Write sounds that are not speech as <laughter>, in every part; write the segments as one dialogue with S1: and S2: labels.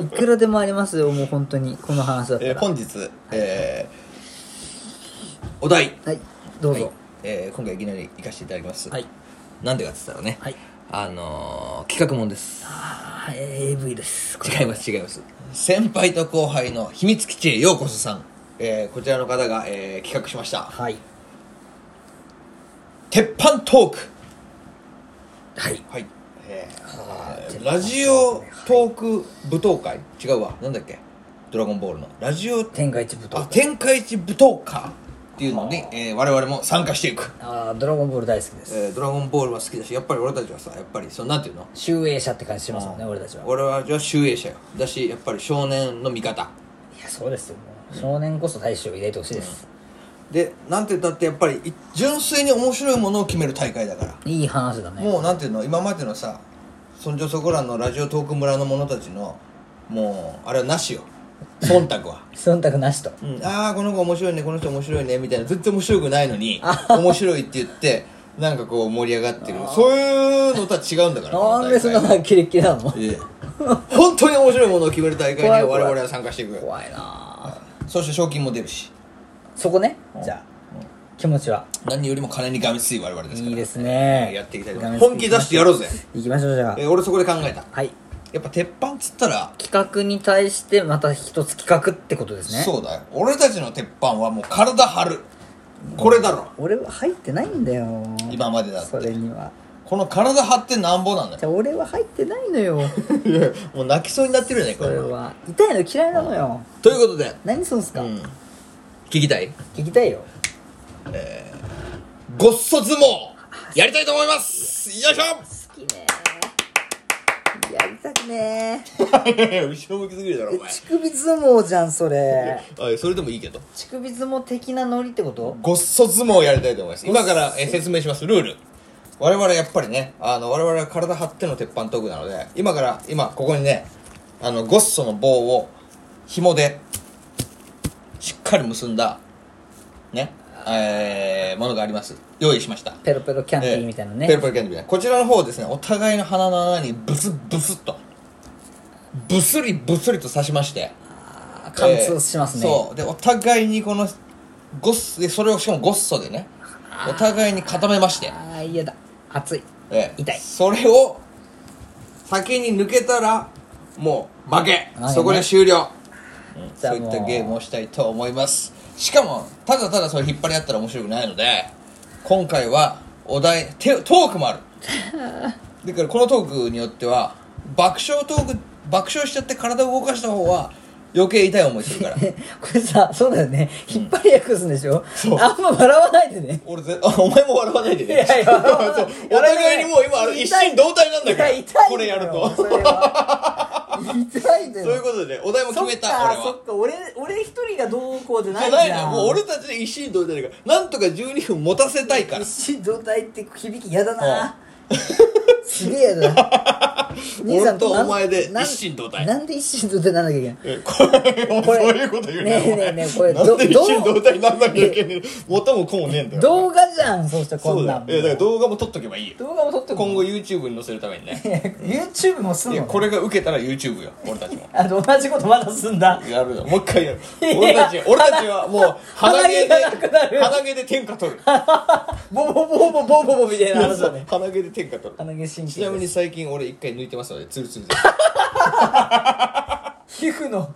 S1: いくらでもありますよもう本当にこの話だった
S2: えー
S1: ら
S2: 本日、えーお題
S1: はいどう
S2: は
S1: ぞ
S2: いえー今回いきなり行かせていただきます、
S1: はい
S2: なんでかって言ったらね、
S1: はい
S2: あのー企画もんです
S1: あーえー AV ですこれ
S2: 違います違います先輩と後輩の秘密基地へようこそさん、えーこちらの方が、えー企画しました
S1: はい
S2: 鉄板トーク
S1: はい
S2: はい、え
S1: あー
S2: ー
S1: 鉄板
S2: ラジオトーク舞踏会違うわなんだっけドラゴンボールのラジオ
S1: 天下一武
S2: あ
S1: 闘
S2: 天下一舞踏会っていうのに、えー我々も参加していく、
S1: ああドラゴンボール大好きです
S2: えードラゴンボールは好きだしやっぱり俺たちはさやっぱりそのなんていうの
S1: 集英社って感じしますもんね俺たちは
S2: 俺はじゃあ集英社よだしやっぱり少年の味方
S1: いやそうですよもう少年こそ大使を入れてほしいです
S2: でなんて言ったってやっぱりい純粋に面白いものを決める大会だから
S1: いい話だね
S2: もうなんていうの今までのさそんじょそこらのラジオトーク村の者たちのもうあれはなしよ忖度は
S1: 忖度なしと
S2: うんああこの子面白いねこの人面白いねみたいな全然面白くないのに面白いって言ってなんかこう盛り上がってるそういうのとは違うんだからこの
S1: なんで
S2: 大
S1: そん
S2: 会
S1: なキレッキレなの
S2: ええ本当に面白いものを決める大会に
S1: 怖い
S2: 我
S1: 怖い
S2: 々は参加していく
S1: 怖いなあ
S2: そして賞金も出るし
S1: そこねじゃあ気持ちは
S2: 何よりも金にがみつい我々ですから
S1: いいですね
S2: やっていきたいと
S1: 画面
S2: 本気出してやろうぜ
S1: 行きましょうじゃあ
S2: え俺そこで考えた
S1: はい
S2: やっぱ鉄板っつったら
S1: 企画に対してまた一つ企画ってことですね
S2: そうだよ俺たちの鉄板はもう体張るこれだろ
S1: 俺は入ってないんだよ
S2: 今までだって
S1: それには
S2: この体張ってなんぼなんだ
S1: じ
S2: よ
S1: ゃあ俺は入ってないの
S2: <laughs>
S1: よ
S2: もう泣きそうになってるじゃないか
S1: それは痛いの嫌いなのよ
S2: ということで、
S1: 何すんすか、
S2: うん、聞きたい
S1: 聞きたいよ
S2: ごっそ相撲やりたいと思いますよいしょ
S1: 好きねやりたくね
S2: 後ろ向きすぎるだろお前
S1: 乳首相撲じゃんそれ
S2: <laughs> あそれでもいいけど
S1: 乳首相撲的なノリってこと
S2: ごっそ相撲をやりたいと思います今から、えー説明しますルール我々やっぱりねあの我々は体張っての鉄板トークなので今から今ここにねあのごっその棒を紐でしっかり結んだねえー、ものがあります用意しました
S1: ペロペロキャンディーみたいなね、
S2: えーペロペロキャンディーみたいなこちらの方をですねお互いの鼻の穴にブスブスっとブスリブスリと刺しまして
S1: あ貫通しますね、
S2: えーそうでお互いにこのゴッソでそれをしかもゴッソでねお互いに固めまして、
S1: ああ嫌だ熱い <laughs>
S2: えー
S1: 痛い
S2: それを先に抜けたらもう負け
S1: あ
S2: そこで終了、
S1: じゃ
S2: そ
S1: あ
S2: うい
S1: も
S2: っ
S1: う
S2: たゲームをしたいと思いますしかもただただそれ引っ張り合ったら面白くないので今回はお題てトー
S1: <laughs>
S2: クもあるだからこのトークによっては爆笑トーク爆笑しちゃって体を動かした方は余計痛い思いするから
S1: これさそうだよね引っ張り役すんでしょ、
S2: そう
S1: あんま笑わないでね
S2: 俺ぜあお前も笑わないでね
S1: いやいや笑わない
S2: <laughs> そうお互いにもう今あれ
S1: 痛い
S2: 一心同体なんだから
S1: いや痛い
S2: これやると
S1: それは痛いで
S2: そういうことでお題も決めた俺
S1: そ
S2: は
S1: っか俺俺一人がどうこうじゃ
S2: じ
S1: な
S2: ゃ
S1: い
S2: ない
S1: じ
S2: の
S1: ゃ
S2: よ
S1: ん
S2: もう俺たちで一心同体だからなんとか12分持たせたいから
S1: 一心同体って響き嫌だなすげえ嫌だな
S2: <laughs> 俺と
S1: なん
S2: お前で
S1: なん
S2: 一心同体
S1: なんで一心同体になんなきゃいけない
S2: えこれもう
S1: これ
S2: そういうこと言うね
S1: ねえねえねえこれ
S2: お前なんで一
S1: ど
S2: 心同体になんなきゃいけねえ元も子もねえんだよ
S1: 動画じゃんそうしたらこ
S2: そうんだ
S1: な
S2: よ
S1: ん
S2: えだから動画も撮っとけばいいよ
S1: 動画も撮ってこ
S2: 今後 YouTube に載せるためにね
S1: <laughs> YouTube もすん
S2: いや
S1: の
S2: これが受けたら YouTube よ俺たちも
S1: あの同じことまだすんだ
S2: やるよもう一回やる
S1: いや
S2: 俺たち俺たちはもう鼻
S1: <laughs> 鼻
S2: 毛
S1: 毛
S2: で
S1: がなくなる
S2: 鼻毛で天下取る
S1: ボボボボボボボみたいな話だね
S2: 鼻毛で天下取る
S1: 鼻毛神経
S2: ちなみに最近俺一回抜いてます <laughs> のでツルツルです
S1: 皮膚の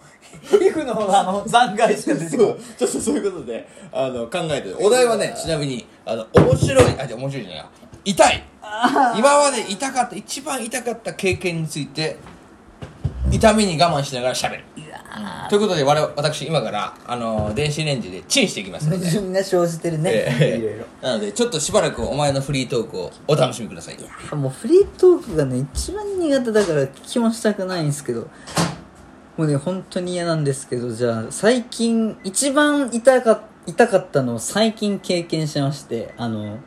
S1: 皮膚のあの残骸しか出てこな
S2: そ
S1: いう
S2: ちょっとそういうことであの考えてお題はねちなみにあの面白いあじゃ面白いじゃないな痛い今まで痛かった一番痛かった経験について痛みに我慢しながら喋るうんということで我々私今からあの電子レンジでチンしていきますの
S1: 矛
S2: で
S1: 盾が生じてるね、いろい
S2: え
S1: ろ
S2: ーなのでちょっとしばらくお前のフリートークをお楽しみください
S1: あもうフリートークがね一番苦手だから聞きもしたくないんですけどもうね本当に嫌なんですけどじゃあ最近一番痛か痛かったのを最近経験しましてあの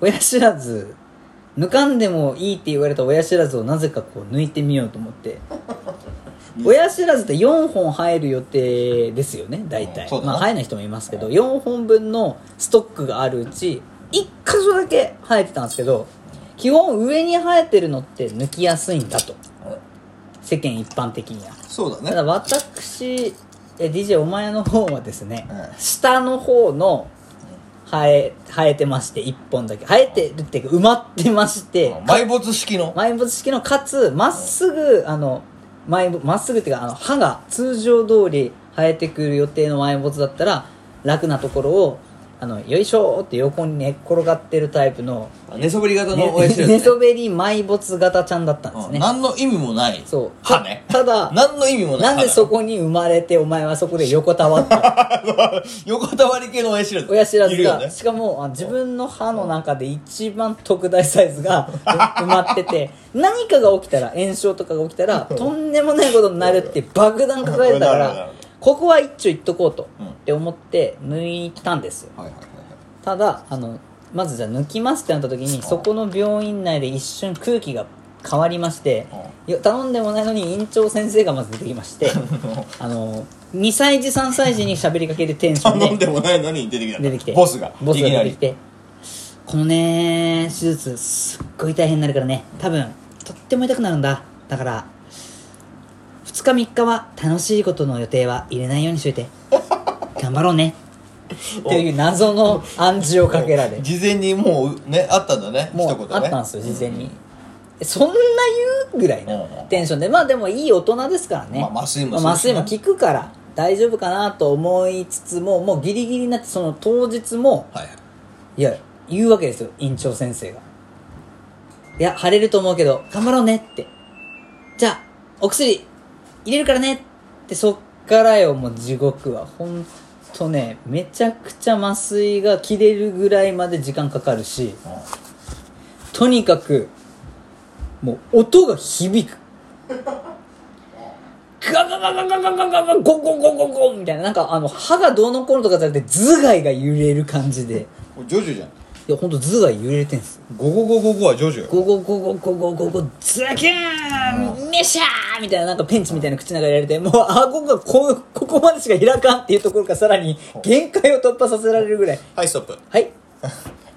S1: 親知らず抜かんでもいいって言われた親知らずをなぜかこう抜いてみようと思って親知らずって4本生える予定ですよね大
S2: うん
S1: 体、
S2: そうだな
S1: まあ生えない人もいますけど4本分のストックがあるうち1箇所だけ生えてたんですけど基本上に生えてるのって抜きやすいんだと世間一般的には
S2: そう
S1: た
S2: だ
S1: だ
S2: ね
S1: 私え DJ お前の方はですね、
S2: うん
S1: 下の方の生え生えてまして1本だけ生えてるっていうか埋まってまして、
S2: 埋没式の
S1: 埋没式のかつまっすぐあの埋没まっすぐっていうかあの歯が通常通り生えてくる予定の埋没だったら楽なところをあのよいしょーって横に寝っ転がってるタイプの
S2: あ寝そべり型
S1: ね
S2: の親父
S1: 寝
S2: ですね
S1: そべり埋没型ちゃんだったんです
S2: うん
S1: ね、
S2: 何の意味もない
S1: そう
S2: 歯ね
S1: たた
S2: <laughs>
S1: だ
S2: 何の意味もない
S1: なんでそ
S2: こ
S1: こに生まれてお前はそこで横たわった
S2: <laughs> 横たわり系の親知らず
S1: 親知ら
S2: い
S1: ず
S2: るよ
S1: が、
S2: ね
S1: しかもあ自分の歯の中で一番特大サイズ
S2: <laughs>
S1: が埋まってて何かが起きたら炎症とかが起きたらとんでもないことになるって爆弾抱えたか
S2: なるほどな
S1: ら
S2: るほど
S1: ここは一丁いっとこうと、
S2: うん
S1: って思って抜いたんですよ
S2: はいはいはい
S1: ただあのまずじゃあ抜きますってなった時にそこの病院内で一瞬空気が変わりましていや頼んでもないのに院長先生がまず出てきまして <laughs> あの2歳児3歳児に喋りかけるテンショ
S2: はい
S1: ン
S2: 頼ん
S1: で
S2: でもないのに出てきた
S1: 出てきて
S2: ボスが
S1: ボス
S2: い
S1: が
S2: きな
S1: 出てき
S2: り
S1: てこのね手術すっごい大変になるからね多分とっても痛くなるんだだから2日3日は楽しいことの予定は入れないようにしとい
S2: <laughs>
S1: て頑張ろうねっていう謎の暗示をかけられ
S2: 事前にもうねあったんだね
S1: も
S2: 一
S1: う
S2: 言ね
S1: あったんですよ事前に、そんな言うぐらいな
S2: うんうん
S1: テンションでまあでもいい大人ですからね、
S2: まあ麻酔も
S1: まあ麻
S2: そうです
S1: 酔
S2: ね
S1: も効くから大丈夫かなと思いつつももうギリギリになってその当日も
S2: はいはい
S1: いや言うわけですよ院長先生がいや腫れると思うけど頑張ろうねってじゃあお薬入れるからねってそっからよもう地獄はほんとねめちゃくちゃ麻酔が切れるぐらいまで時間かかるしとにかくもう音が響くガガガガガガガガガゴンゴンゴンゴンゴンみたいななんかあの歯がどうのこうのとかじゃなくて頭蓋が揺れる感じで
S2: うんジョジョじゃん
S1: いやほんと頭蓋揺れてんすよ
S2: ゴゴゴゴゴはジョジョよ
S1: ゴゴゴゴゴゴゴゴズキューンメシャーみたいななんかペンチみたいな口の中に入れられてもう顎がこここまでしか開かんっていうところからさらに限界を突破させられるぐらい
S2: はいストップ
S1: はい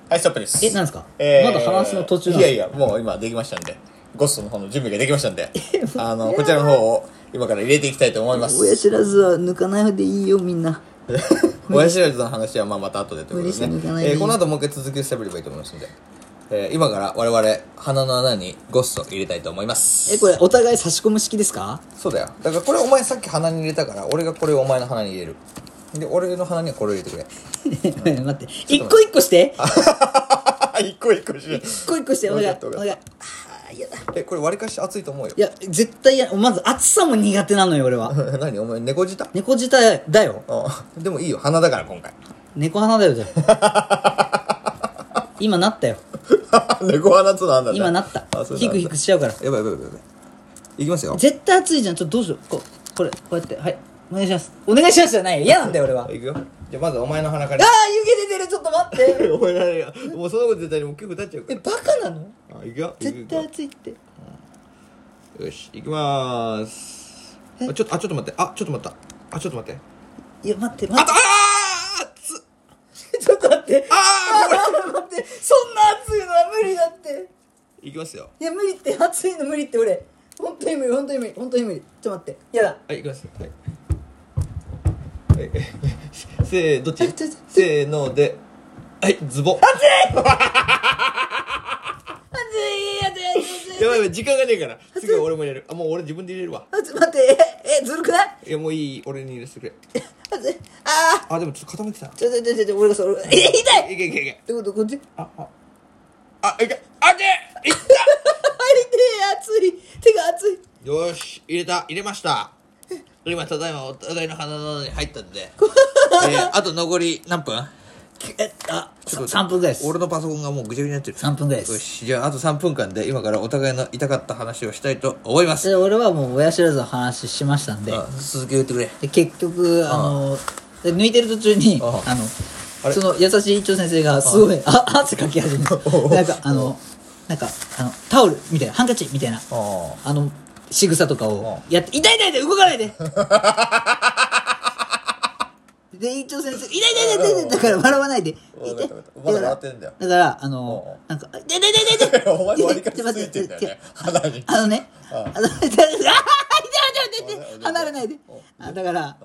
S2: はいストップです
S1: えなんですか
S2: えー
S1: まだ話の途中ないん
S2: や
S1: です
S2: いやもう今できましたんでゴッソの方の準備ができまし
S1: <laughs>
S2: たんであのこちらの方を今から入れていきたいと思います
S1: 親知らずは抜かない方でいいよみんな
S2: <laughs> 親知らずの話はまあまた後でということで
S1: 無
S2: す
S1: 理して抜かない、
S2: ね
S1: で
S2: えーこの後もう一回続きをしゃべればいいと思いますんで、えー今から我々鼻の穴にゴッソ入れたいと思います
S1: えこれお互い差し込む式ですか <laughs>
S2: そうだよだからこれお前さっき鼻に入れたから俺がこれをお前の鼻に入れるで俺の鼻にはこれを入れてく <laughs> れ
S1: 待って一個一個して
S2: 一個一個し
S1: 一個一個してお願い
S2: わかった
S1: お
S2: わか
S1: 願
S2: っ
S1: い
S2: た
S1: あーやだ
S2: えこれ割りかし熱いと思うよ <laughs>
S1: いや絶対やまず暑さも苦手なのよ俺は
S2: 何お前猫舌
S1: 猫舌だよ
S2: うんでもいいよ鼻だから今回 <laughs>
S1: 猫鼻だよじゃあ今なったよ
S2: 猫鼻つなんだね
S1: 今なった
S2: あそうなんだ
S1: ヒクヒクしちゃうから
S2: やばいやばいやばいやばいいきますよ
S1: 絶対暑いじゃんちょっとどうしようこうこれこうやってはいお願いしますお願いしますじゃないよ嫌なんだよ俺はああ
S2: いくよじゃあまずお前の鼻か
S1: ー
S2: ら
S1: 湯気出てるちょっと待って
S2: <laughs> お前の鼻がもうそのこと絶対にもう結構経っちゃうか
S1: えバカなの
S2: らあいくよいく
S1: 絶
S2: よ
S1: 対暑いって
S2: よしいきまーす
S1: え
S2: あちょっとあちょっと待ってあちょっと待ったあちょっと待って
S1: いや待って
S2: あ
S1: 待
S2: とあーっつ
S1: ってちょっと待って
S2: あーこ
S1: 待ってそんな暑いのは無理だって
S2: れいきますよ
S1: いや無理って暑いの無理って俺本当に無理本当に無理本当に無理ちょっと待ってやだ
S2: はいいきますはいはい <laughs> ええせーどっち
S1: あちょちょ
S2: せーのではいズボン
S1: 暑い暑い暑い暑い
S2: やばいやばい時間がねえから次は俺も入れるあもう俺自分で入れるわ
S1: あちょっと待ってええずるくない
S2: いやもういい俺に入れてくれ
S1: 暑いあ
S2: あでもちょっと固めてた
S1: ーちょちょちょちょちょ俺がそれえ痛い
S2: いけいけいけ
S1: ってことこっち
S2: あああいけあけい
S1: 入
S2: った
S1: って暑い手が暑い
S2: よーし入れた入れました今ただいまお互いの鼻の穴に入ったんで、えーあと残り何分
S1: きえあさ三分ぐらいです
S2: 俺のパソコンがもうぐちゃぐちゃになってる
S1: 三分ぐらいで
S2: よ
S1: す
S2: しじゃああと3分間で今からお互いの痛かった話をしたいと思います
S1: で俺はもう親知らずの話しましたんで
S2: あ続きを言ってくれ
S1: で結局あので抜いてる途中に
S2: あ
S1: あ
S2: あ
S1: の
S2: あれ
S1: その優しい一丁先生がすごいあ汗かき始
S2: <laughs>
S1: めてなんかあのなんかあのタオルみたいなハンカチみたいな
S2: あ
S1: あの仕草とかをやって「痛い痛い痛い動かないで! <laughs> で」で一丁先生「痛い痛い痛い痛い」だから笑わないで
S2: わかった
S1: 痛い
S2: わかったまだ笑ってんだよ
S1: だからあのなんか「
S2: <laughs>
S1: 痛い痛い痛い痛い <laughs>
S2: お前割りかしついてんだよ
S1: 痛い痛
S2: ね
S1: い痛い
S2: 鼻に
S1: あのね、あの、あないで
S2: お。
S1: あ、だから、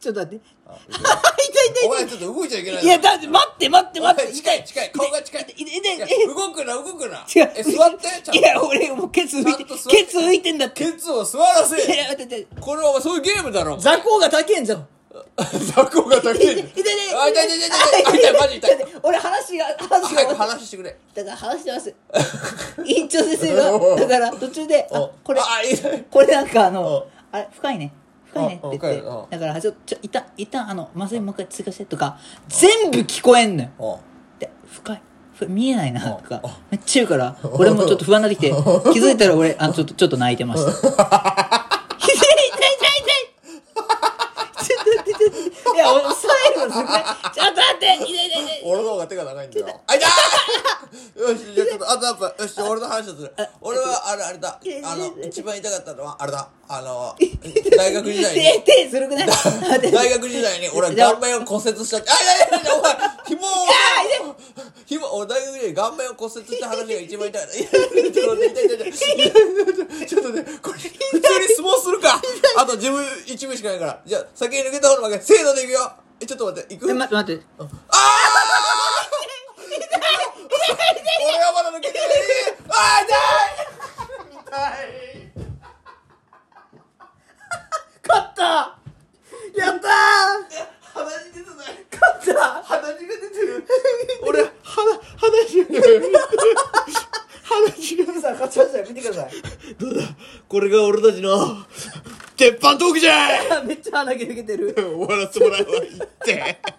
S1: ちょっと待って。 <laughs>
S2: あ
S1: あ、
S2: い
S1: 痛
S2: く
S1: い
S2: よ
S1: 痛い痛い。
S2: お前ちょっと動いちゃいけない
S1: いや、だって、待って待って待って。
S2: 近い近い顔が近い
S1: 痛い痛い痛い
S2: いや動くな動くな
S1: 違う。
S2: え座ってちゃんと
S1: いや、俺、もうケツ浮いて、
S2: ちゃんと座って
S1: ケツ浮いてんだって。
S2: ケツを座らせ
S1: いや、待って待って。
S2: これはそういうゲームだろ
S1: 座高が高えんじゃん。
S2: 雑魚が高い
S1: 痛い痛い痛い
S2: あ痛い痛い痛い痛い痛いマジ痛い
S1: ちょっと待って俺、話が、話が
S2: 早く。 <laughs> 話してくれ
S1: だから話してます。院長先生が、だから途中で、あ
S2: お、
S1: これ、
S2: あいい
S1: これなんかあの
S2: お、
S1: あれ、深いね。深いねって言って
S2: おお、
S1: だから、ちょ、ちょ、一旦、一旦、あの、まずいもう一回追加してとか、全部聞こえんのよ。
S2: お
S1: で、深い。ふ見えないな、とか
S2: おお、
S1: めっちゃ言うから、俺もちょっと不安になっ
S2: <laughs>
S1: てきて、気づいたら俺、あ、ちょっと、ちょっと泣いてました。痛い痛い痛い痛いちょっと待って、ちょっと待って。いや、俺、最後のすごい。ちょっと待って、痛い痛い痛い。
S2: 俺の方が手が長いんだよあいたーよしじゃあちょっとあとアップよし俺の話をする俺はあれあれだあの一番痛かったのはあれだあ <laughs> の大学時代に
S1: 手、手ずるくない待って
S2: 大学時代に俺は顔面を骨折したって。あ、いやいやいや、お前、紐を紐、俺大学時代に顔面を骨折した話が一番痛い。いやいやちょっと待って痛い痛い痛いいやいやちょっとね、これ、普通に相撲するか。あと自分一部しかないから。じゃあ、先に抜けた方の負け。せーのでいくよ。え、ちょっと待って、いく
S1: え、待って待って。
S2: 俺はまだ抜けてない。あ
S1: 勝ったやった
S2: ー、痛い鼻血出てな
S1: ー
S2: い。
S1: 勝った
S2: 鼻血が出てる。俺、鼻、鼻血が出てる。鼻血が。
S1: さん、勝ちましたよ。見てくださ
S2: どうだこれが俺たちの、鉄板トークじゃい
S1: い。めっちゃ鼻毛抜けてる。
S2: 終わらせてもらえばいいって。